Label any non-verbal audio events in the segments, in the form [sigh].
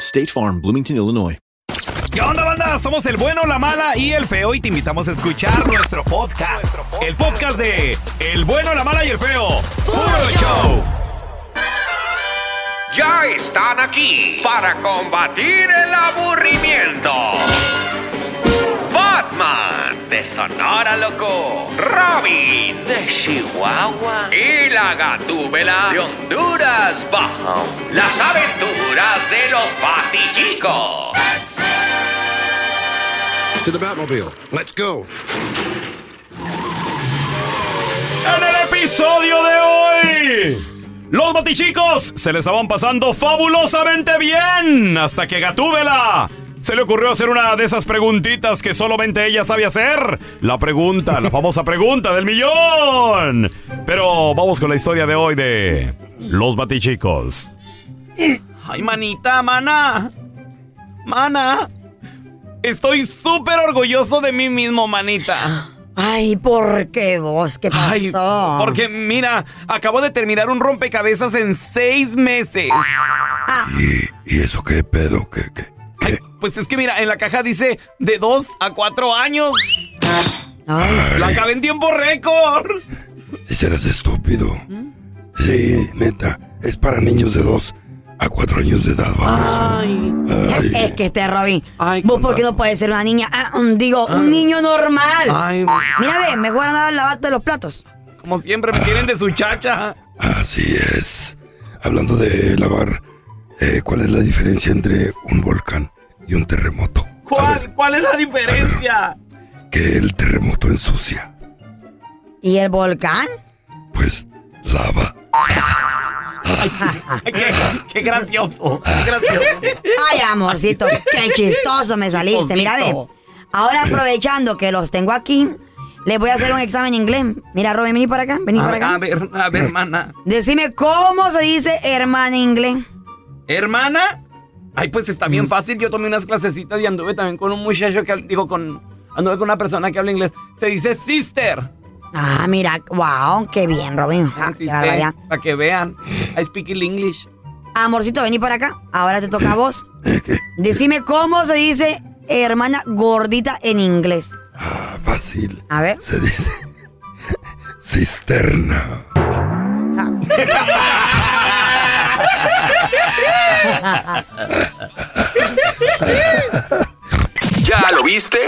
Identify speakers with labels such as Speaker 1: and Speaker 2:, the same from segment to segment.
Speaker 1: State Farm, Bloomington, Illinois.
Speaker 2: ¿Qué onda, banda? Somos el bueno, la mala y el feo y te invitamos a escuchar nuestro podcast. El podcast de El bueno, la mala y el feo. ¡Puro show!
Speaker 3: Ya están aquí para combatir el aburrimiento. Batman de Sonora Loco, Robin de Chihuahua y la Gatúbela de Honduras Bajo. Las aventuras de los Batichicos.
Speaker 4: To the Batmobile. Let's go.
Speaker 2: En el episodio de hoy, los batichicos se les estaban pasando fabulosamente bien hasta que Gatúbela se le ocurrió hacer una de esas preguntitas que solamente ella sabe hacer. La pregunta, la famosa pregunta del millón. Pero vamos con la historia de hoy de los batichicos. Ay, manita, mana. Mana. Estoy súper orgulloso de mí mismo, manita.
Speaker 5: Ay, ¿por qué vos? ¿Qué pasó?
Speaker 2: Ay,
Speaker 5: Ah.
Speaker 2: porque mira, acabo de terminar un rompecabezas en seis meses.
Speaker 6: ¿Y, y eso qué pedo? ¿Qué, qué?
Speaker 2: Pues es que mira, en la caja dice de dos a cuatro años. La acabé en tiempo récord.
Speaker 6: Si serás estúpido. Sí, neta. Es para niños de 2 a 4 años de edad, vamos.
Speaker 5: Es,
Speaker 6: Ay.
Speaker 5: es que este Robin, vos porque no puedes ser una niña, ah, un- digo, un niño normal. Mira, ve, me guardan la bata de los platos.
Speaker 2: Como siempre me tienen de su chacha.
Speaker 6: Así es. Hablando de lavar, eh, ¿cuál es la diferencia entre un volcán y un terremoto?
Speaker 2: ¿Cuál, ¿Cuál es la diferencia?
Speaker 6: Que el terremoto ensucia.
Speaker 5: ¿Y el volcán?
Speaker 6: Pues lava. Ah,
Speaker 2: qué, qué gracioso. Qué gracioso.
Speaker 5: Ay, amorcito, qué chistoso me saliste. Mira, ve.
Speaker 2: Chistosito.
Speaker 5: Ahora aprovechando que los tengo aquí, les voy a hacer un examen en inglés. Mira, Robin, vení para acá, vení
Speaker 2: A
Speaker 5: para
Speaker 2: ver, ah.
Speaker 5: acá.
Speaker 2: a ver, a ver, mana.
Speaker 5: Decime cómo se dice hermana en inglés.
Speaker 2: ¿Hermana? Ay, pues está bien fácil. Yo tomé unas clasecitas y anduve también con un muchacho que hab- digo con anduve con una persona que habla inglés. Se dice sister.
Speaker 5: Ah, mira, wow, qué bien, Robin. Ah, qué barbaridad.
Speaker 2: Para que vean. I speak in English.
Speaker 5: Amorcito, vení para acá. Ahora te toca a vos. Decime cómo se dice hermana gordita en inglés.
Speaker 6: Ah, fácil.
Speaker 5: A ver.
Speaker 6: Se dice cisterna.
Speaker 3: ¿Ya lo viste?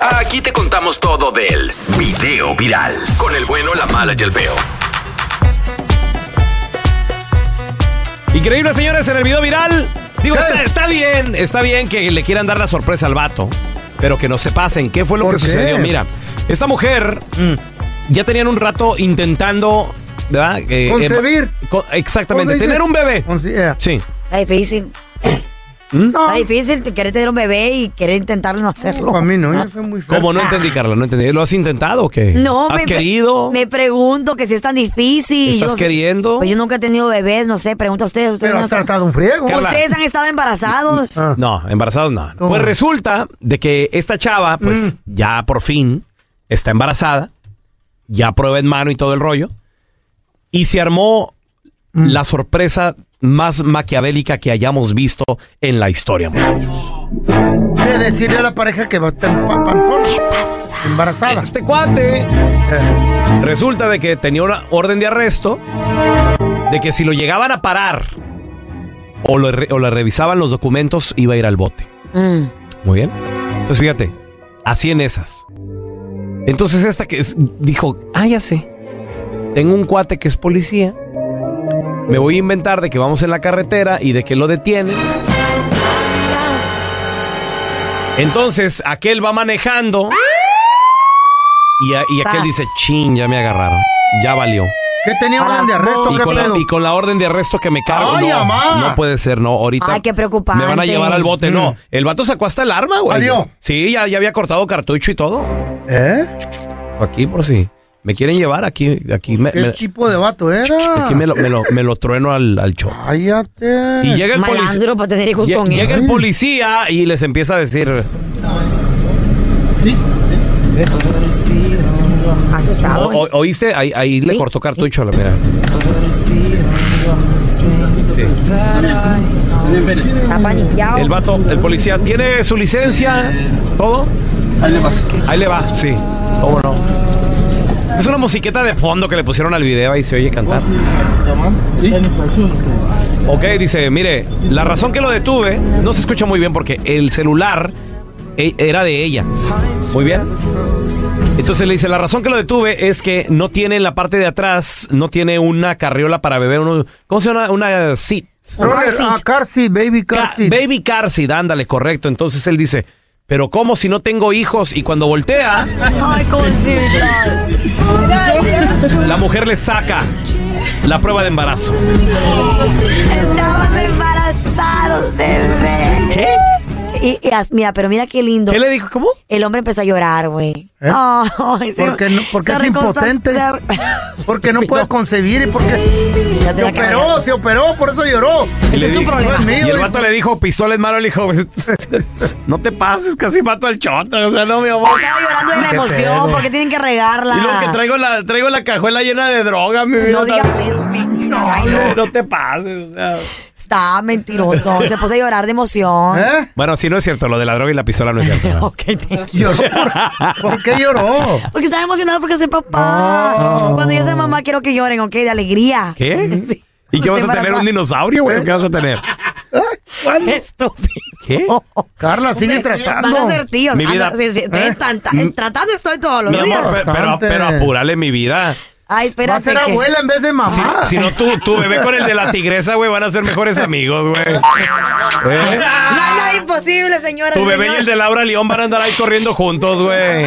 Speaker 3: Aquí te contamos todo del video viral. Con el bueno, la mala y el feo.
Speaker 2: Increíble, señores, en el video viral. Digo, está, está bien, está bien que le quieran dar la sorpresa al vato, pero que no se pasen. ¿Qué fue lo que
Speaker 7: ¿Por qué?
Speaker 2: sucedió? Mira, esta mujer mm, ya tenían un rato intentando, ¿verdad? Eh, eh,
Speaker 7: Concebir.
Speaker 2: co- exactamente,
Speaker 7: ¿Cómo se dice?
Speaker 2: tener un bebé.
Speaker 7: Con- yeah.
Speaker 2: Sí.
Speaker 5: Está difícil. Está difícil te- querer tener un bebé y querer intentar no hacerlo. Ah.
Speaker 7: Para mí no, eh, fue muy
Speaker 2: ¿Cómo no entendí, Carla? No entendí. ¿Lo has intentado o qué?
Speaker 5: No,
Speaker 2: ¿Has
Speaker 5: me pre-
Speaker 2: querido?
Speaker 5: Me pregunto que si es tan difícil.
Speaker 2: ¿Estás
Speaker 5: Yo-
Speaker 2: queriendo?
Speaker 5: Pues yo nunca he tenido bebés, no sé, pregunto a ustedes. ustedes
Speaker 2: Pero
Speaker 5: no
Speaker 2: has tratado un friego. Carla.
Speaker 5: Ustedes han estado embarazados.
Speaker 2: No, embarazados no.
Speaker 5: Oh.
Speaker 2: Pues resulta de que esta chava, pues
Speaker 5: Mm.
Speaker 2: ya por fin está embarazada, ya prueba en mano y todo el rollo, y se armó
Speaker 5: Mm.
Speaker 2: la sorpresa más maquiavélica que hayamos visto en la historia. muchachos.
Speaker 7: De decirle a la pareja que va a estar pa- panzona. ¿Qué
Speaker 5: pasa?
Speaker 7: Embarazada. Eh,
Speaker 2: Este cuate. Resulta de que tenía una orden de arresto, de que si lo llegaban a parar o, lo re- o le revisaban los documentos, iba a ir al bote. Muy bien. Entonces fíjate, así en esas. Entonces esta que es- dijo, ah, ya sé, tengo un cuate que es policía. Me voy a inventar de que vamos en la carretera y de que lo detienen. Entonces aquel va manejando y, a- y aquel
Speaker 7: Sas.
Speaker 2: dice, chin, ya me agarraron. Ya valió.
Speaker 7: ¿Qué tenía orden de arresto?
Speaker 2: Y
Speaker 7: ¿Qué
Speaker 2: con, la,
Speaker 7: pedo?
Speaker 2: y con la orden de arresto que me cargo,
Speaker 7: ¡Ay,
Speaker 2: no,
Speaker 7: mamá!
Speaker 2: no puede ser, no, ahorita
Speaker 5: Ay, qué preocupante.
Speaker 2: me van a llevar al bote, no. El vato sacó hasta el arma, güey.
Speaker 5: Mm. Adiós.
Speaker 2: Sí, ya, ya había cortado cartucho y todo.
Speaker 7: ¿Eh?
Speaker 2: Aquí por si me quieren llevar, aquí, aquí me,
Speaker 7: ¿Qué
Speaker 2: me-
Speaker 7: tipo de vato era?
Speaker 2: aquí me lo, me lo- me lo trueno al, al choque.
Speaker 7: Cállate.
Speaker 2: Y llega el policía.
Speaker 5: Malandro para tener hijos
Speaker 2: Lle-
Speaker 5: con
Speaker 2: llega
Speaker 5: él.
Speaker 2: el policía y les empieza a decir.
Speaker 5: Mm. Asustado.
Speaker 2: "O- o- ¿Oíste? Ahí, ahí le cortó cartucho a la mira. Sí.
Speaker 5: Está paniqueado.
Speaker 2: El vato, el policía, ¿tiene su licencia? ¿Todo? Ahí le va. Ahí le va, sí. ¿Cómo no? Es una musiqueta de fondo que le pusieron al video y se oye cantar. Ok, dice, mire, la razón que lo detuve no se escucha muy bien porque el celular e- era de ella. Muy bien. Entonces le dice, la razón que lo detuve es que no tiene en la parte de atrás, no tiene una carriola para beber, uno, ¿cómo se llama? Una seat.
Speaker 7: Brother, ah, car seat, baby car
Speaker 2: Ca- Baby car seat, ándale, correcto. Entonces él dice, pero ¿cómo si no tengo hijos? Y cuando voltea,
Speaker 5: Ay, concita.
Speaker 2: la mujer le saca la prueba de embarazo.
Speaker 5: Estamos embarazados, bebé.
Speaker 2: ¿Qué?
Speaker 5: Y, y as- mira, pero mira qué lindo. ¿Qué
Speaker 2: le dijo? ¿Cómo?
Speaker 5: El hombre empezó a llorar, güey.
Speaker 7: ¿Eh?
Speaker 5: Ay, se-
Speaker 7: Porque, no, porque
Speaker 5: se
Speaker 7: es
Speaker 5: recostó-
Speaker 7: impotente.
Speaker 5: se re-
Speaker 7: Porque no puede concebir y porque se
Speaker 5: tenía que
Speaker 7: operó, se operó, por eso lloró.
Speaker 2: Y, le dijo-
Speaker 7: No es
Speaker 2: y
Speaker 7: mío,
Speaker 2: el
Speaker 7: dijo.
Speaker 2: vato le dijo, pistola en mano, le dijo, [laughs] no te pases, casi mato al chota. O sea, no, mi amor.
Speaker 5: Estaba llorando de la
Speaker 2: Ah, Qué
Speaker 5: emoción,
Speaker 2: pedo.
Speaker 5: porque tienen que
Speaker 2: Y luego que
Speaker 5: regarla.
Speaker 2: traigo la, traigo la cajuela llena de droga, mi vida.
Speaker 5: No digas eso, mi- Ay,
Speaker 2: no,
Speaker 5: no.
Speaker 2: no te pases, o sea.
Speaker 5: Está mentiroso. Se puso a llorar de emoción.
Speaker 7: ¿Eh?
Speaker 2: Bueno, sí, no es cierto, lo de la droga y la pistola no es cierto.
Speaker 5: [laughs]
Speaker 2: ¿no?
Speaker 7: [laughs] ¿Por qué lloró?
Speaker 5: Porque estaba emocionado porque soy papá. Cuando yo sea mamá, quiero que lloren, ¿ok? De alegría.
Speaker 2: ¿Qué? ¿Y qué vas a tener? ¿Un dinosaurio, güey? ¿Qué vas a tener?
Speaker 5: Estúpido. [laughs]
Speaker 2: ¿Qué?
Speaker 8: Ah,
Speaker 7: Carla, sigue tratando.
Speaker 5: Van a ser tíos.
Speaker 2: Mi
Speaker 5: Ah,
Speaker 2: vida-
Speaker 5: no, sí, sí, estoy
Speaker 2: ¿Eh?
Speaker 5: tanta-
Speaker 2: Mm.
Speaker 5: tratando estoy todos los
Speaker 2: Mi
Speaker 5: días.
Speaker 2: amor, pe- pero, pero apúrale mi vida.
Speaker 5: Ay, espérate.
Speaker 7: Va a ser
Speaker 5: que-
Speaker 7: abuela en vez de mamá.
Speaker 2: Si no, tú, tu bebé con el de la tigresa, güey, van a ser mejores amigos, güey. ¿Eh?
Speaker 5: No, no, imposible, señora.
Speaker 2: Tu
Speaker 5: sí,
Speaker 2: bebé y
Speaker 5: señor.
Speaker 2: el de Laura León van a andar ahí corriendo juntos, güey.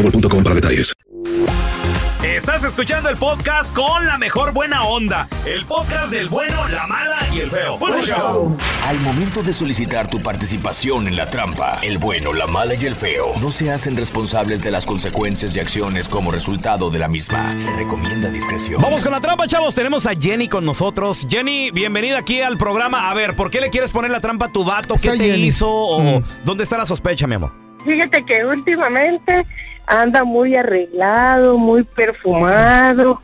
Speaker 1: para detalles.
Speaker 9: Estás escuchando el podcast con la mejor buena onda. El podcast del bueno, la mala y el feo. Bueno, show.
Speaker 10: Al momento de solicitar tu participación en la trampa, el bueno, la mala y el feo no se hacen responsables de las consecuencias y acciones como resultado de la misma. Se recomienda discreción.
Speaker 11: Vamos con la trampa, chavos. Tenemos a Jenny con nosotros. Jenny, bienvenida aquí al programa. A ver, ¿por qué le quieres poner la trampa a tu vato? ¿Qué
Speaker 12: Soy
Speaker 11: te
Speaker 12: Jenny.
Speaker 11: hizo? ¿O dónde está la sospecha, mi amor?
Speaker 12: Fíjate que últimamente anda muy arreglado, muy perfumado,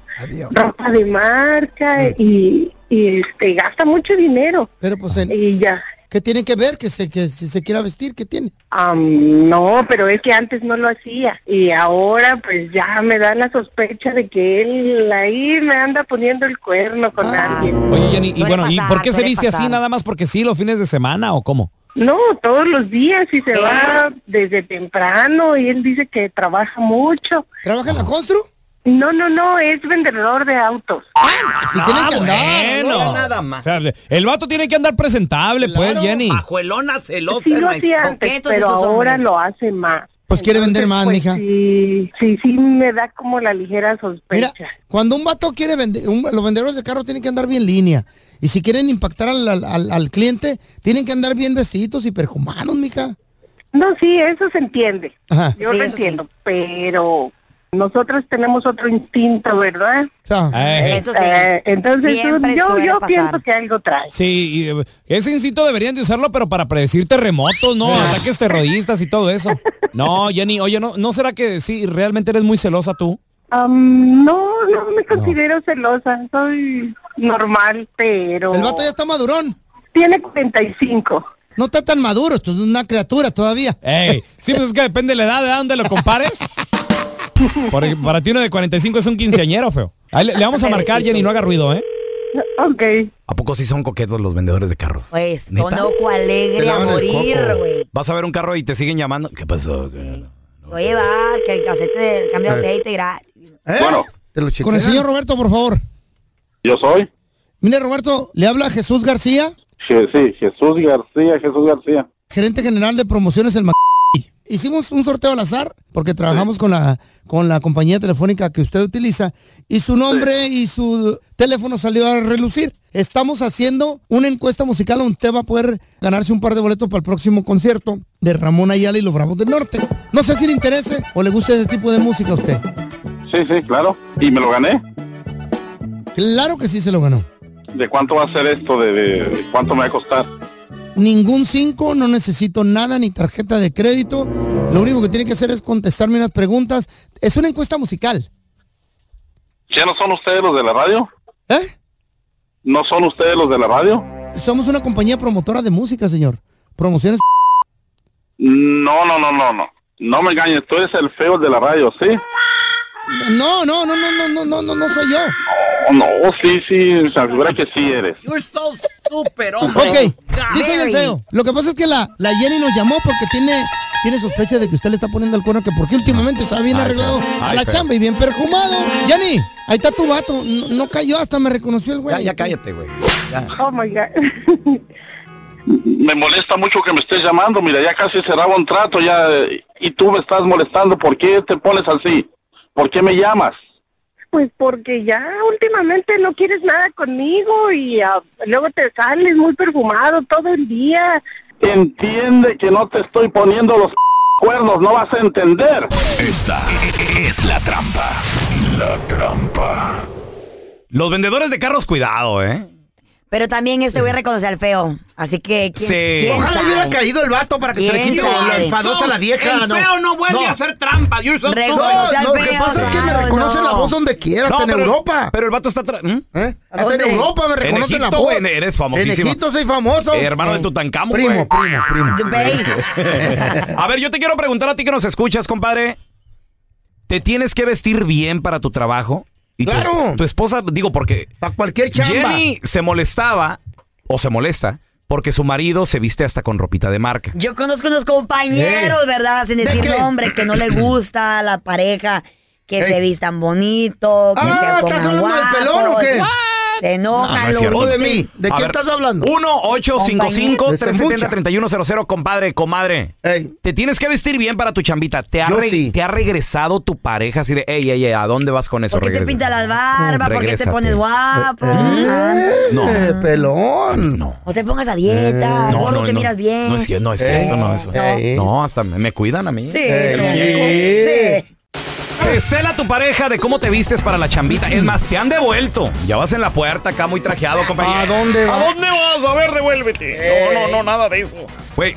Speaker 12: ropa de marca y, y, este gasta mucho dinero.
Speaker 7: Pero pues en-
Speaker 12: Y ya.
Speaker 7: ¿Qué tiene que ver que se, que si se quiera vestir? ¿Qué tiene?
Speaker 12: Am, no, pero es que antes no lo hacía y ahora pues ya me da la sospecha de que él ahí me anda poniendo el cuerno con alguien.
Speaker 2: Oye, Jenny, y bueno, ¿y
Speaker 12: pasar,
Speaker 2: por qué se
Speaker 12: suele
Speaker 2: viste así
Speaker 12: pasar.
Speaker 2: nada más porque sí los fines de semana o cómo?
Speaker 12: No, todos los días y se va desde temprano y él dice que trabaja mucho.
Speaker 7: ¿Trabaja en la constru?
Speaker 12: No, no, no, es vendedor de autos.
Speaker 7: Si tiene que andar.
Speaker 2: Ah, Bueno.
Speaker 7: no,
Speaker 2: nada más. el vato tiene que andar presentable, pues, Jenny.
Speaker 12: Ajuelona
Speaker 7: Oh,
Speaker 12: celosa. Sí lo hacía antes,
Speaker 7: Coquetos
Speaker 12: pero
Speaker 7: esos
Speaker 12: ahora
Speaker 7: hombres.
Speaker 12: lo hace más.
Speaker 7: Pues quiere vender más,
Speaker 12: pues,
Speaker 7: mija.
Speaker 12: Sí, sí, sí, me da como la ligera sospecha.
Speaker 7: Cuando un vato quiere vender, un- los vendedores de carro tienen que andar bien línea. Y si quieren impactar al, al- al- al cliente, tienen que andar bien vestiditos y perfumados, mija.
Speaker 12: No, sí, eso se entiende.
Speaker 7: Ajá.
Speaker 12: Yo lo entiendo, pero nosotros tenemos otro instinto, ¿verdad?
Speaker 2: Eh. Eso sí.
Speaker 12: Eh, entonces yo,
Speaker 5: Siempre
Speaker 12: yo,
Speaker 5: suele
Speaker 12: yo
Speaker 5: pasar.
Speaker 12: pienso que algo trae.
Speaker 2: Sí, y, eh, ese instinto deberían de usarlo, pero para predecir terremotos, ¿no? Ataques terroristas y todo eso. No, Jenny, oye, ¿no, ¿no será que sí, realmente eres muy celosa tú?
Speaker 12: Am, no, no me considero celosa, soy normal, pero...
Speaker 7: El vato ya está madurón.
Speaker 12: Tiene 45.
Speaker 7: No está tan maduro, esto es una criatura todavía.
Speaker 2: Ey, sí, pues es que depende de la edad, ¿verdad? ¿Dónde lo compares? Por ej- para ti uno de 45 es un quinceañero, feo. Ahí le, le vamos a marcar, Jenny, no haga ruido, ¿eh?
Speaker 12: Ok.
Speaker 11: ¿A poco sí son coquetos los vendedores de carros?
Speaker 5: Pues,
Speaker 11: ¿Neta?
Speaker 5: son ojo alegre a morir, güey.
Speaker 11: Vas a ver un carro y te siguen llamando. ¿Qué pasó?
Speaker 8: ¿Eh?
Speaker 5: Oye, va, que el casete del cambio de
Speaker 11: Eh.
Speaker 5: aceite, gra-
Speaker 7: Bueno. Con el señor Roberto, por favor.
Speaker 13: Yo soy.
Speaker 7: Mire, Roberto, le habla Jesús García,
Speaker 13: Je- sí, Jesús García, Jesús García.
Speaker 7: gerente general de promociones El Mac. Hicimos un sorteo al azar porque trabajamos con la con la compañía telefónica que usted utiliza y su nombre y su teléfono salió a relucir. Estamos haciendo una encuesta musical donde usted va a poder ganarse un par de boletos para el próximo concierto de Ramón Ayala y los Bravos del Norte. No sé si le interese o le gusta ese tipo de música a usted.
Speaker 13: Sí, sí, claro. ¿Y me lo gané?
Speaker 7: Claro que sí se lo ganó.
Speaker 13: ¿De cuánto va a ser esto? ¿De, de- de cuánto me va a costar?
Speaker 7: Ningún 5, no necesito nada ni tarjeta de crédito. Lo único que tiene que hacer es contestarme unas preguntas. Es una encuesta musical.
Speaker 13: ¿Ya no son ustedes los de la radio?
Speaker 7: ¿Eh?
Speaker 13: ¿No son ustedes los de la radio?
Speaker 7: Somos una compañía promotora de música, señor. Promociones.
Speaker 13: No, no, no, no, no. No me engañes, tú eres el feo de la radio, ¿sí?
Speaker 7: No, no, no, no, no, no, no, no, no soy yo.
Speaker 13: Oh, no, sí, sí, se asegura que sí eres.
Speaker 7: You're so super Ok, sí soy el feo. Lo que pasa es que la, la Jenny nos llamó porque tiene, tiene sospecha de que usted le está poniendo el cuerno que porque últimamente está bien
Speaker 8: Ay,
Speaker 7: arreglado
Speaker 8: feo.
Speaker 7: a
Speaker 8: Ay,
Speaker 7: la
Speaker 8: feo.
Speaker 7: chamba y bien perfumado. Jenny, ahí está tu vato. No, no cayó, hasta me reconoció el güey.
Speaker 13: Ya, ya
Speaker 11: cállate, güey.
Speaker 12: Oh, my God.
Speaker 13: Me molesta mucho que me estés llamando, mira, ya casi cerraba un trato ya eh, y tú me estás molestando. ¿Por qué te pones así? ¿Por qué me llamas?
Speaker 12: Pues porque ya últimamente no quieres nada conmigo y ah, luego te sales muy perfumado todo el día.
Speaker 13: Entiende que no te estoy poniendo los cuernos, no vas a entender.
Speaker 10: Esta es la trampa. La trampa.
Speaker 11: Los vendedores de carros, cuidado, ¿eh?
Speaker 5: Pero también este voy a reconocer al feo. Así que. ¿quién,
Speaker 11: Sí.
Speaker 5: quién
Speaker 11: Ojalá
Speaker 5: sabe?
Speaker 8: hubiera caído el vato para que se le
Speaker 5: ¿Quién
Speaker 8: quite la
Speaker 5: sabe?
Speaker 8: enfadosa la vieja.
Speaker 5: El feo no vuelve a
Speaker 8: hacer
Speaker 11: trampa.
Speaker 8: No, no, lo que pasa es que me reconocen la voz donde quiera, hasta en
Speaker 11: pero-
Speaker 8: Europa.
Speaker 11: Pero el vato está... tra- ¿Mm?
Speaker 8: ¿Eh? Hasta en
Speaker 11: ¿Dónde?
Speaker 8: Europa me
Speaker 11: En
Speaker 8: reconocen la
Speaker 11: Egipto,
Speaker 8: voz.
Speaker 11: en- eres famosísimo.
Speaker 8: En Egipto soy famoso.
Speaker 11: Eh, hermano de Tutankamón,
Speaker 8: Primo,
Speaker 11: güey.
Speaker 8: primo, primo.
Speaker 2: [laughs]
Speaker 11: a ver, yo te quiero preguntar a ti que nos escuchas, compadre.
Speaker 2: te tienes que vestir bien para tu trabajo. Y tu
Speaker 7: Claro.
Speaker 2: es- Tu, esposa, digo, porque.
Speaker 7: Para cualquier chamba.
Speaker 2: Jenny se molestaba, o se molesta, porque su marido se viste hasta con ropita de marca. Eh.
Speaker 5: Yo conozco unos compañeros, ¿verdad? Sin decir nombre, que no
Speaker 7: [clears throat]
Speaker 5: le gusta a la pareja que se vistan bonito, que
Speaker 7: Ah,
Speaker 5: se
Speaker 7: ¿estás
Speaker 5: pongan
Speaker 7: hablando del
Speaker 5: guapos.
Speaker 7: pelón o qué?
Speaker 5: Se
Speaker 2: No, no
Speaker 5: enojan,
Speaker 2: es
Speaker 5: lo
Speaker 2: cierto.
Speaker 5: visten.
Speaker 7: ¿De qué estás hablando?
Speaker 2: 1-855-370-3100, compadre, comadre. Te tienes que vestir bien para tu chambita. Te ha,
Speaker 5: Yo
Speaker 2: re-
Speaker 5: sí.
Speaker 2: te ha regresado tu pareja así de, ey, ey, ey, ¿a dónde vas con eso?
Speaker 5: ¿Por qué te
Speaker 2: Regresa".
Speaker 5: pintas las barbas? ¿Por qué te
Speaker 2: Regrésate.
Speaker 5: pones guapo?
Speaker 7: Eh,
Speaker 2: No.
Speaker 7: pelón.
Speaker 2: No.
Speaker 5: O te pongas a
Speaker 7: Eh.
Speaker 5: dieta,
Speaker 2: Eh, No,
Speaker 5: gordo
Speaker 2: no,
Speaker 5: te
Speaker 2: no.
Speaker 5: miras bien. Eh,
Speaker 2: No es cierto, no es cierto, no eso. Eh,
Speaker 5: no.
Speaker 2: No, hasta Eh, me, me cuidan a mí.
Speaker 5: Sí,
Speaker 2: Ey. Te cela tu pareja de cómo te vistes para la chambita. Es más, te han devuelto. Ya vas en la puerta acá muy trajeado, compañero.
Speaker 14: ¿A dónde
Speaker 2: ¿A
Speaker 14: vas?
Speaker 2: dónde vas? A ver, devuélvete.
Speaker 14: No, no, no, nada de eso.
Speaker 2: Güey,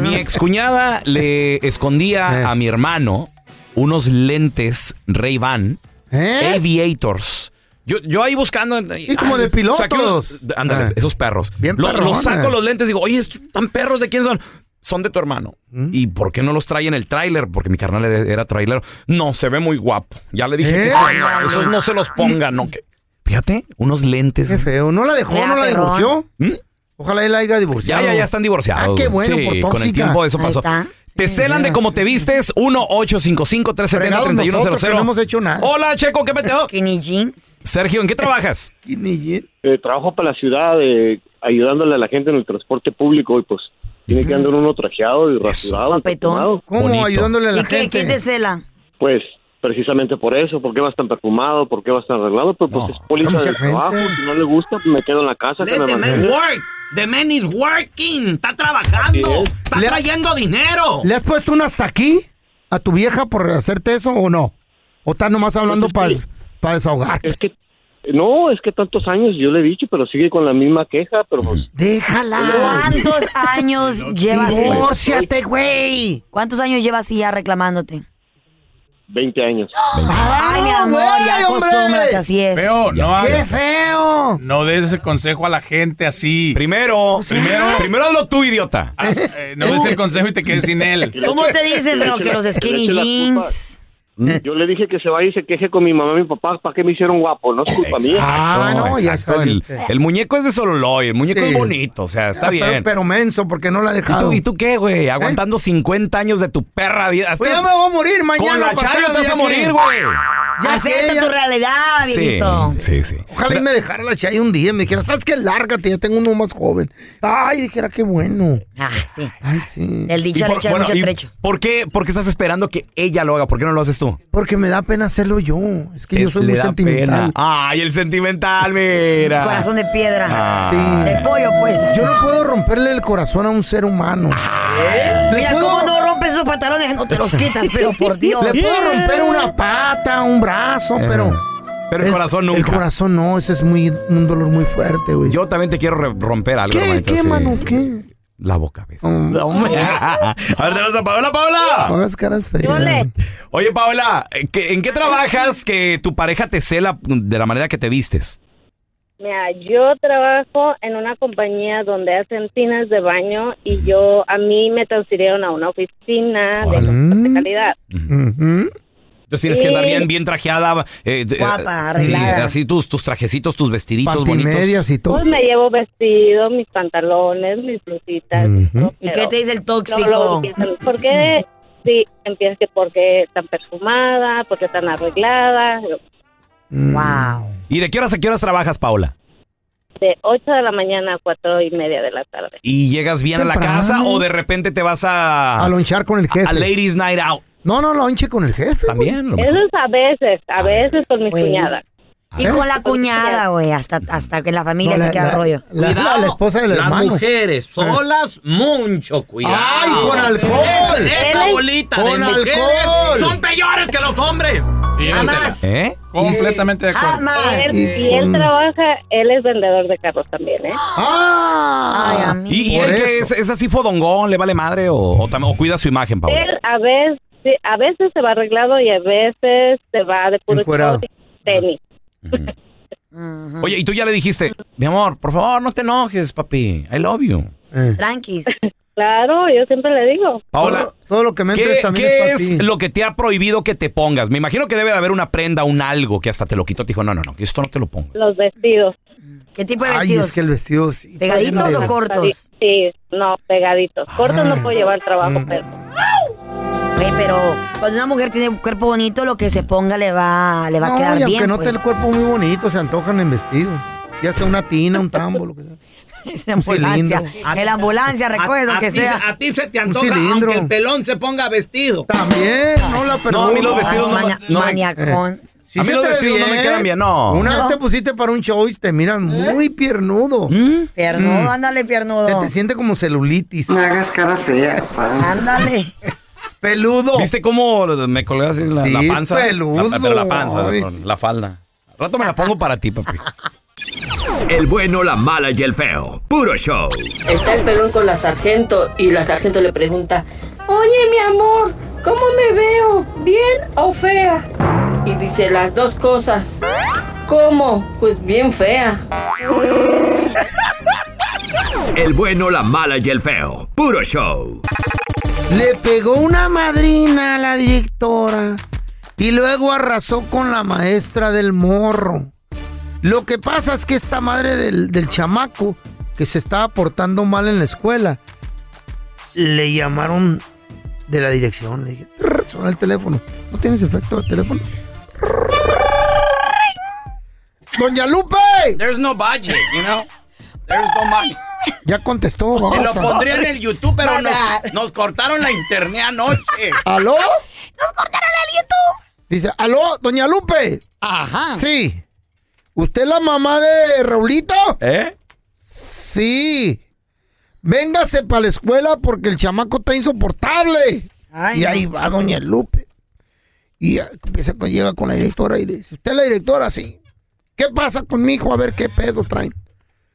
Speaker 2: mi excuñada le escondía a mi hermano unos lentes Ray-Ban ¿Eh? Aviators. Yo, yo ahí buscando. Y
Speaker 7: como de pilotos.
Speaker 2: Ándale,
Speaker 7: Ah.
Speaker 2: esos perros. Lo- los
Speaker 7: perrones.
Speaker 2: saco los lentes, digo, oye, estos tan perros, ¿de quién son? Son de tu hermano.
Speaker 7: ¿Mm?
Speaker 2: ¿Y por qué no los trae en el tráiler? Porque mi carnal era era trailero. No, se ve muy guapo. Ya le dije
Speaker 7: ¿Eh?
Speaker 2: que esos no, esos no se los ponga, no. Que... Fíjate, unos lentes. ¿Mm?
Speaker 7: Qué feo. ¿No la dejó?
Speaker 2: Mira,
Speaker 7: ¿No la
Speaker 2: perrón.
Speaker 7: divorció? Ojalá él la haya
Speaker 2: Ya,
Speaker 7: divorciado.
Speaker 2: ya, ya están divorciados.
Speaker 7: Ah, qué
Speaker 2: güey.
Speaker 7: bueno,
Speaker 2: Sí,
Speaker 7: por
Speaker 2: con el
Speaker 7: tóxica.
Speaker 2: tiempo eso
Speaker 7: Ahí
Speaker 2: pasó.
Speaker 7: está.
Speaker 2: Te celan de cómo te vistes. 1-855-370-3100.
Speaker 7: No hemos hecho nada.
Speaker 2: Hola, Checo, ¿qué peteo?
Speaker 5: Skinny jeans.
Speaker 2: Sergio, ¿en qué trabajas?
Speaker 15: Eh, trabajo para la ciudad eh, ayudándole a la gente en el transporte público y pues tiene que andar uno trajeado y rasurado. y perfumado.
Speaker 5: ¿Y qué- ¿Quién te cela?
Speaker 15: Pues precisamente por eso, ¿por qué vas tan perfumado? ¿Por qué vas tan arreglado? Pues porque es póliza de trabajo, si no le gusta pues, me quedo en la casa. que me mantenga.
Speaker 2: The man is working. Está trabajando. Está trayendo dinero.
Speaker 7: ¿Le has puesto un hasta aquí a tu vieja por hacerte eso o no? ¿O estás nomás hablando para desahogarte?
Speaker 15: Es que no, es que tantos años yo le he dicho, pero sigue con la misma queja, pero pues
Speaker 7: Déjala.
Speaker 2: [laughs]
Speaker 5: ¿Cuántos años llevas?
Speaker 7: Divórciate, güey.
Speaker 5: ¿Cuántos años llevas así ya reclamándote?
Speaker 15: 20 años.
Speaker 5: Ay, mi amor, ya acostúmbrate, así es.
Speaker 16: Feo, no
Speaker 5: ¡Qué
Speaker 16: hagas.
Speaker 5: feo!
Speaker 16: No des ese consejo a la gente así. Ah,
Speaker 2: Primero, primero, primero hazlo tú, idiota.
Speaker 16: eh, no des el consejo y te quedes sin él.
Speaker 5: [laughs] ¿Cómo te dicen, feo, que los skinny
Speaker 15: Le eché la culpa.
Speaker 5: jeans?
Speaker 2: ¿Mm?
Speaker 15: Yo le dije que se vaya y se queje con mi mamá y mi papá, ¿para qué me hicieron guapo? No es culpa mía.
Speaker 7: Ah,
Speaker 2: exacto. El, el muñeco es de Sololoy, el muñeco es bonito, o sea, está
Speaker 7: Ah, Pero-
Speaker 2: bien.
Speaker 7: Pero, menso, porque no la ha
Speaker 2: ¿Y
Speaker 7: dejado. ¿Eh?
Speaker 2: tú, ¿Y tú qué, güey? Aguantando 50 años de tu perra vida. Hasta-
Speaker 7: Pues ya me voy a morir mañana.
Speaker 2: Con la
Speaker 7: pasado,
Speaker 2: chayo te vas
Speaker 7: ya
Speaker 2: a morir,
Speaker 7: que-
Speaker 2: güey.
Speaker 7: Ya
Speaker 5: Acepta
Speaker 7: sé, ya-
Speaker 5: tu realidad,
Speaker 2: Sí,
Speaker 5: viejito.
Speaker 2: sí, sí.
Speaker 7: Ojalá y me dejara la Chayo un día. y Me dijera, ¿sabes qué? Lárgate, ya tengo uno más joven. Ay, dijera, qué bueno.
Speaker 5: Ah, sí.
Speaker 7: Ay, sí.
Speaker 5: El dicho le echa mucho
Speaker 2: y
Speaker 5: trecho.
Speaker 2: ¿Por qué? ¿Por qué estás esperando que ella lo haga? ¿Por qué no lo haces tú?
Speaker 7: Porque me da pena hacerlo yo. Es que
Speaker 2: Te-
Speaker 7: yo soy
Speaker 2: le
Speaker 7: muy
Speaker 2: da
Speaker 7: sentimental.
Speaker 2: pena. Ay, el sentimental, mira.
Speaker 5: Corazón de piedra.
Speaker 2: Ah.
Speaker 5: De pollo, pues.
Speaker 7: Yo no puedo romperle el corazón a un ser humano.
Speaker 2: Ah,
Speaker 7: Le
Speaker 5: Mira,
Speaker 7: puedo-
Speaker 5: ¿cómo no rompes esos pantalones? No te los quitas, pero por Dios.
Speaker 7: [laughs] Le puedo romper una pata, un brazo, pero.
Speaker 2: Eh. Pero el, corazón nunca.
Speaker 7: El corazón no, ese es muy, un dolor muy fuerte, güey.
Speaker 2: Yo también te quiero re- romper algo.
Speaker 7: ¿Qué,
Speaker 2: hermanito,
Speaker 7: qué,
Speaker 2: sí.
Speaker 7: mano? ¿Qué?
Speaker 2: La boca, ¿ves?
Speaker 7: [laughs]
Speaker 2: a ver, tenemos a Paola, Paola.
Speaker 7: Hagas caras feas.
Speaker 2: Oye, Paola, ¿en qué- ¿en qué trabajas que tu pareja te cela de la manera que te vistes?
Speaker 3: Mira, yo trabajo en una compañía donde hacen tinas de baño y yo, a mí me transfirieron a una oficina de
Speaker 7: Mm,
Speaker 3: luz de calidad.
Speaker 2: Entonces tienes que andar bien, bien trajeada. eh, de-
Speaker 3: Guapa,
Speaker 2: sí,
Speaker 3: arreglada.
Speaker 2: así tus, tus trajecitos, tus vestiditos bonitos.
Speaker 7: Patimedias y todo.
Speaker 3: Pues me llevo vestido, mis pantalones, mis blusitas.
Speaker 5: ¿Y qué te dice el tóxico?
Speaker 3: ¿Por qué? Sí, empiezas que porque tan perfumada, porque tan arreglada.
Speaker 5: Wow.
Speaker 2: ¿Y de qué horas a qué horas trabajas, Paola?
Speaker 3: De 8 de la mañana a 4 y media de la tarde.
Speaker 2: ¿Y llegas bien a la
Speaker 7: Temprano.
Speaker 2: casa o de repente te vas a.
Speaker 7: A lonchar con el jefe.
Speaker 2: Ah. a Ladies Night Out?
Speaker 7: No, no, lonche con el jefe.
Speaker 2: También.
Speaker 3: Eso es a veces, a veces con mis cuñadas.
Speaker 5: Y con la cuñada, güey, hasta, hasta que la familia se queda rollo.
Speaker 7: ¿Eh? La, la- la esposa del hermano. [laughs]
Speaker 2: solas, mucho cuidado.
Speaker 7: ¡Ay, con alcohol!
Speaker 2: Esta bolita de
Speaker 7: ¡Con
Speaker 2: mujeres
Speaker 7: alcohol!
Speaker 2: son peores que los hombres. ¿Eh?
Speaker 16: Completamente de acuerdo.
Speaker 2: Ah,
Speaker 3: Él- y él trabaja, él es vendedor de carros también, ¿eh?
Speaker 7: ¡Ah!
Speaker 2: ¿Y, y
Speaker 3: Por
Speaker 2: él que es,
Speaker 3: eso.
Speaker 2: es así fodongón? ¿Le vale madre o, o tam- o cuida su imagen, Paola?
Speaker 3: Él a veces, sí, a veces se va arreglado y a veces se va de puro
Speaker 2: Encuerado.
Speaker 3: short y tenis.
Speaker 2: Oye, y
Speaker 7: Eh.
Speaker 2: tú ya le dijiste, mi amor, por favor, no te enojes, papi. I love you.
Speaker 5: Tranquis.
Speaker 3: [laughs] Claro, yo siempre le digo.
Speaker 2: Paola,
Speaker 7: Todo lo que me
Speaker 2: ¿qué,
Speaker 7: entres también
Speaker 2: qué
Speaker 7: es para
Speaker 2: es,
Speaker 7: ti.
Speaker 2: lo que te ha prohibido que te pongas? Me imagino que debe de haber una prenda, un algo que hasta te lo quitó. Te dijo, no, no, no, esto no te lo pongo.
Speaker 3: Los vestidos.
Speaker 5: ¿Qué tipo
Speaker 7: de Ay, es que el vestido sí.
Speaker 3: ¿Pegaditos o cortos? Sí, no, pegaditos. Cortos
Speaker 7: Ah.
Speaker 3: no puedo llevar al trabajo,
Speaker 7: Mm.
Speaker 3: pero...
Speaker 5: Güey, pero cuando una mujer tiene un cuerpo bonito, lo que se ponga le va, le va
Speaker 7: No,
Speaker 5: a
Speaker 7: y
Speaker 5: quedar
Speaker 7: aunque
Speaker 5: bien.
Speaker 7: no
Speaker 5: pues.
Speaker 7: te el cuerpo muy bonito, se antojan en vestido. Ya sea una tina, un tambo, lo que sea.
Speaker 5: [laughs] Es ambulancia. En la ambulancia, recuerdo
Speaker 17: a
Speaker 5: que
Speaker 17: ti-
Speaker 5: sea.
Speaker 17: A ti se te
Speaker 7: Un
Speaker 17: antoja
Speaker 7: cilindro.
Speaker 17: aunque el pelón se ponga vestido.
Speaker 7: También, no la
Speaker 17: No, a mí los vestidos no-
Speaker 5: Maña-
Speaker 17: no-
Speaker 5: maniacón.
Speaker 7: Eh, Si se te ve bien, Una vez te pusiste para un show y te miras muy piernudo.
Speaker 5: ¿Eh? Piernudo,
Speaker 7: Mm.
Speaker 5: ándale,
Speaker 7: Se
Speaker 5: piernudo.
Speaker 7: te siente como celulitis. No hagas cara fea, [laughs]
Speaker 5: Ándale.
Speaker 7: Peludo.
Speaker 2: ¿Viste cómo me colgaste la, la
Speaker 7: Sí,
Speaker 2: panza?
Speaker 7: peludo.
Speaker 2: La- pero la panza,
Speaker 7: Ay.
Speaker 2: no, la falda. Al rato me la pongo para ti, papi.
Speaker 18: El bueno, la mala y el feo. Puro show.
Speaker 19: Está el pelón con la sargento y la sargento le pregunta, oye mi amor, ¿cómo me veo? ¿Bien o fea? Y dice las dos cosas. ¿Cómo? Pues bien fea.
Speaker 18: El bueno, la mala y el feo. Puro show.
Speaker 7: Le pegó una madrina a la directora y luego arrasó con la maestra del morro. Lo que pasa es que esta madre del, del chamaco que se estaba portando mal en la escuela, le llamaron de la dirección. Le dije, "Trrr", sonó el teléfono. ¿No tienes efecto de teléfono? ¡Doña Lupe!
Speaker 17: There's no budget, you know. There's no money.
Speaker 7: Ya contestó.
Speaker 17: Y lo
Speaker 7: babosa.
Speaker 17: pondría en el YouTube, pero nos,
Speaker 7: Bye-bye.
Speaker 17: nos cortaron la internet anoche.
Speaker 7: ¿Aló? Nos cortaron el YouTube. Dice, ¿aló, doña Lupe? Ajá. Sí. ¿Usted es la mamá de Raulito?
Speaker 2: ¿Eh?
Speaker 7: Sí. Véngase para la escuela porque el chamaco está insoportable. y ahí va doña Lupe. Y ah, empieza con- llega con la directora y le dice, ¿usted es la directora? Sí. ¿Qué pasa con mi hijo? A ver qué pedo traen.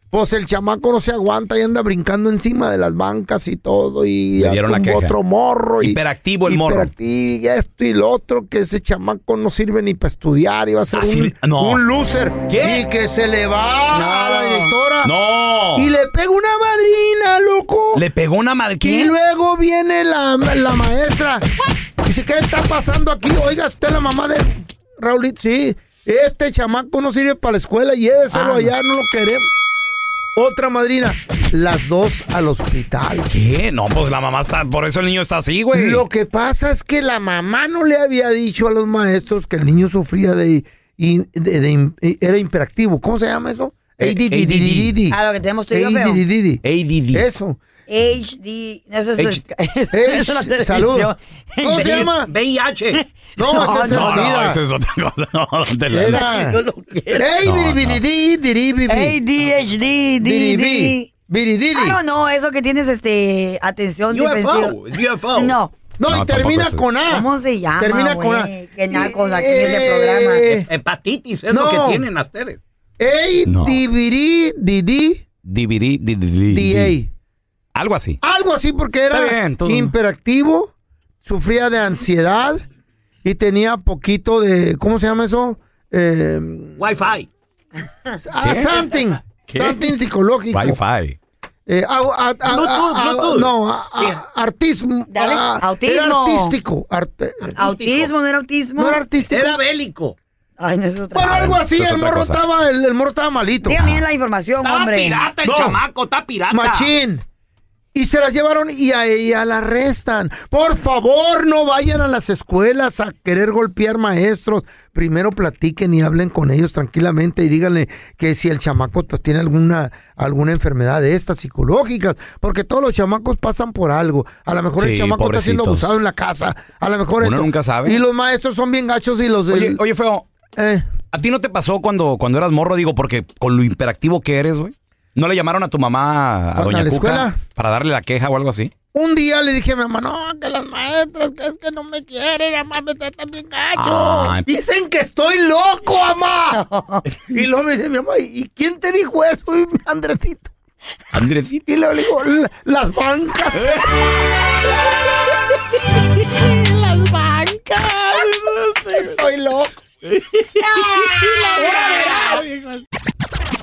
Speaker 7: Pues el chamaco no se aguanta y anda brincando encima de las bancas y todo. Y
Speaker 2: Le dieron la
Speaker 7: tumbó
Speaker 2: queja.
Speaker 7: otro morro. y-
Speaker 2: Hiperactivo el morro.
Speaker 7: Hiperactivo y esto y lo otro, que ese chamaco no sirve ni para estudiar. Iba a ser
Speaker 2: Así
Speaker 7: un,
Speaker 2: de- Ah, no.
Speaker 7: un loser.
Speaker 2: ¿Qué?
Speaker 7: Y que se le va a la directora.
Speaker 2: No.
Speaker 7: Y le pega una madrina, loco.
Speaker 2: Le pegó una madre.
Speaker 7: Y luego viene la, la maestra. Dice, ¿qué está pasando aquí? Oiga, usted es la mamá de Raulito. Sí, este chamaco no sirve para la escuela. Lléveselo
Speaker 20: Ah,
Speaker 7: allá, no lo queremos. Otra madrina. Las dos al hospital.
Speaker 2: ¿Qué? No, pues la mamá está. Por eso el niño está así, güey.
Speaker 7: Lo que pasa es que la mamá no le había dicho a los maestros que el niño sufría de... y- de- de- era imperactivo. ¿Cómo se llama eso? ADDDD.
Speaker 5: Ah, lo que tenemos tú y yo, feo.
Speaker 7: ADDDD. Eso.
Speaker 5: HD. Eso es,
Speaker 7: H-
Speaker 5: [laughs] eso
Speaker 7: H-
Speaker 5: es la televisión.
Speaker 7: salud. ¿Cómo se llama?
Speaker 17: VIH.
Speaker 7: No, ese es el
Speaker 2: no, no,
Speaker 7: SIDA.
Speaker 2: eso es otra cosa. [laughs] No, te la-
Speaker 7: Era.
Speaker 2: No, no.
Speaker 7: Ey,
Speaker 2: No,
Speaker 7: biribiridi, diribibi.
Speaker 5: ADHD,
Speaker 7: Diribi,
Speaker 5: DD.
Speaker 7: birididi.
Speaker 5: Ah, no, no, eso que tienes este atención
Speaker 7: UFO,
Speaker 5: defensiva.
Speaker 7: UFO.
Speaker 5: No.
Speaker 7: No, y No, termina tampoco es eso. con A.
Speaker 5: ¿Cómo se llama?
Speaker 7: Termina con A.
Speaker 5: güey? Que nacos aquí en este programa.
Speaker 7: Eh,
Speaker 17: Hepatitis Ah, es
Speaker 7: No.
Speaker 17: lo que tienen a ustedes.
Speaker 7: Ey,
Speaker 2: No.
Speaker 7: dibiri, didi,
Speaker 2: Dividí, di- di- di-
Speaker 7: DA.
Speaker 2: Algo así.
Speaker 7: Algo así porque
Speaker 2: Está
Speaker 7: era
Speaker 2: bien, todo.
Speaker 7: imperactivo, sufría de ansiedad y tenía poquito de, ¿cómo se llama eso? Eh,
Speaker 17: Wi-Fi.
Speaker 7: ah, something.
Speaker 2: ¿Qué?
Speaker 7: Something psicológico.
Speaker 2: Wi-Fi.
Speaker 7: Eh, au- a- a-
Speaker 17: Bluetooth,
Speaker 7: a- a-
Speaker 17: Bluetooth.
Speaker 7: No, a- a- artismo.
Speaker 5: Dale,
Speaker 7: a-
Speaker 5: autismo.
Speaker 7: Era artístico. arte-
Speaker 5: Autismo, no era autismo.
Speaker 7: No era artístico.
Speaker 17: Era bélico.
Speaker 5: Ay, no es otra.
Speaker 7: Bueno, algo así,
Speaker 2: Eso es
Speaker 7: el
Speaker 2: otra
Speaker 7: morro,
Speaker 2: cosa. Ah,
Speaker 7: estaba, el, el morro estaba malito.
Speaker 5: Dígame la información,
Speaker 17: Está
Speaker 5: hombre.
Speaker 17: pirata el
Speaker 7: No.
Speaker 17: chamaco, está pirata.
Speaker 7: Machín. Y se las llevaron y a ella la arrestan. Por favor, no vayan a las escuelas a querer golpear maestros. Primero platiquen y hablen con ellos tranquilamente y díganle que si el chamaco pues, tiene alguna, alguna enfermedad de estas psicológicas. Porque todos los chamacos pasan por algo. A lo mejor el
Speaker 2: Sí,
Speaker 7: chamaco está siendo
Speaker 2: pobrecitos.
Speaker 7: abusado en la casa. A lo mejor
Speaker 2: Uno
Speaker 7: esto.
Speaker 2: nunca sabe.
Speaker 7: Y los maestros son bien gachos y los... Eh.
Speaker 2: Oye,
Speaker 7: el-
Speaker 2: oye, feo. ¿A ti no te pasó cuando, cuando eras morro? Digo, porque con lo imperactivo que eres, güey. ¿No le llamaron a tu mamá a
Speaker 7: ¿A
Speaker 2: Doña
Speaker 7: la
Speaker 2: Cuca
Speaker 7: escuela?
Speaker 2: para darle la queja o algo así?
Speaker 7: Un día le dije a mi mamá, no, que las maestras, que es que no me quieren, mamá, me tratan bien gacho.
Speaker 2: Ay.
Speaker 7: Dicen que estoy loco, mamá. y luego me dice mi mamá, ¿y quién te dijo eso, Y Andresito?
Speaker 2: Andresito.
Speaker 7: Y luego le digo, "La- las bancas. las bancas. Estoy loco.